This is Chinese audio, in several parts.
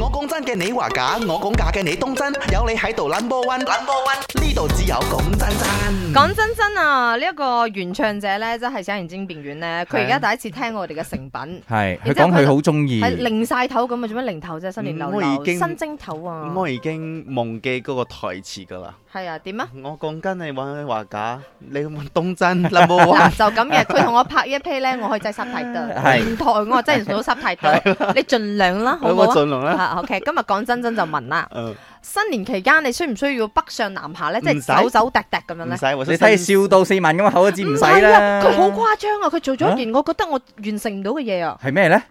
我講真嘅，你話假；我講假嘅，你當真。有你喺度 number one，number one，呢度只有講真真。講真真啊，呢、一個原唱者咧，真係寫完精變院咧，佢而家第一次聽我哋嘅成品，係，然佢之後講佢好中意，係擰晒頭咁啊，做咩擰頭啫？新年流我流，已經新蒸頭啊，我已經忘記嗰個台詞噶啦。係啊，點啊？我講緊你話你話假，你問當真 number one 嗱。就咁嘅，佢同我拍一 p 咧，我可以擠濕太 多，係唔台我真係做到濕太多，你盡量啦，好唔我好盡量啊啦。啊？OK，今日講真真就問啦，嗯新年期間你需唔需要北上南下咧？即唔使係走走趯趯咁樣呃唔咧？使，我你睇佢新笑到四萬咁口都知唔唔使係啊啦。佢好誇張啊！佢做咗一件我覺得我完成唔到嘅嘢啊！係咩咧？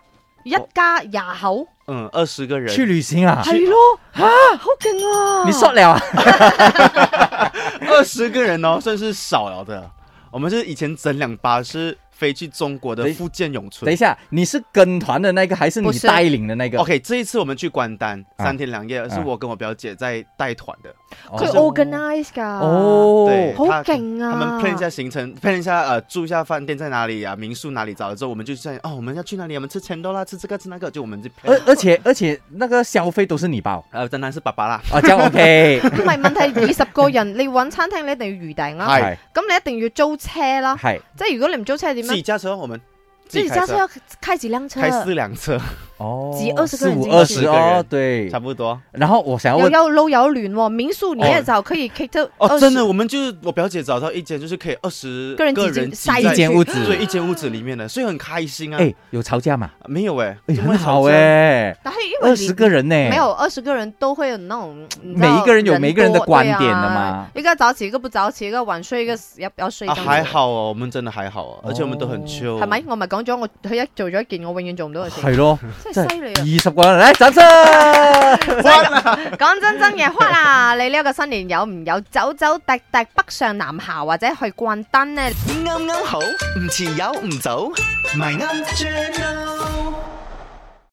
一家廿口嗯二十個人去，旅行啊？係咯，嚇好勁啊！你縮了啊？二十個人哦，算是少了的。我們是以前整兩把是飛去中國的等一福建永等一春。下，你是跟團的那個，還是你不是哦帶領的那個？ OK，這一次我們去關丹啊三天兩夜，是啊我跟我表姐在帶團的。哦佢 organize 㗎，哦，对，好他勁啊！他们 plan 一下行程，plan 一下呃住一下饭店在哪里啊，民宿哪里，找了之后我们就在哦我们要去哪里，我们吃钱多啦，吃这个吃那个，就我们就 plan 而。呃而且而且那個消費都是你包呃，当然是爸爸啦，啊，這 樣 OK，唔係問題，二十個人你揾餐廳你一定要預訂啦，係咁你一定要租車啦，係即係如果你唔租車係點自樣？己驾车，我们自己开揸車要開幾輛开車，四輛車，哦，幾二十個四人五進去二十一個人哦，對差。不多。然後我想要又問，有路有亂喎，民宿你也就可以 cater 哦， 20真的，我们就是我表姐找到一間，就是可以二十個人擠人進擠塞嗯一在間間屋子对一間屋子裡面的，所以很開心啊。哎，有吵架嘛？沒有哎，哎，因為很好吵架，哎，但係因為二你十個人呢，没有二十个人都会有那种，你知道每一个人有每一个人的多观点对的啊嘛一个早起，一个不早起，一个晚睡，一个要要睡啊觉。還好哦，我們真的還好哦，而且我們都很哦 chill。系咪？我咪講咗，我佢一做咗一件我永遠做唔到嘅事，係咯，真真係犀利係啊！二十個人，來掌聲！講真真嘅，花啦！你呢一個新年有唔有走走趯趯北上南下或者去逛燈呢？啱啱好，唔遲有唔早，咪啱 channel。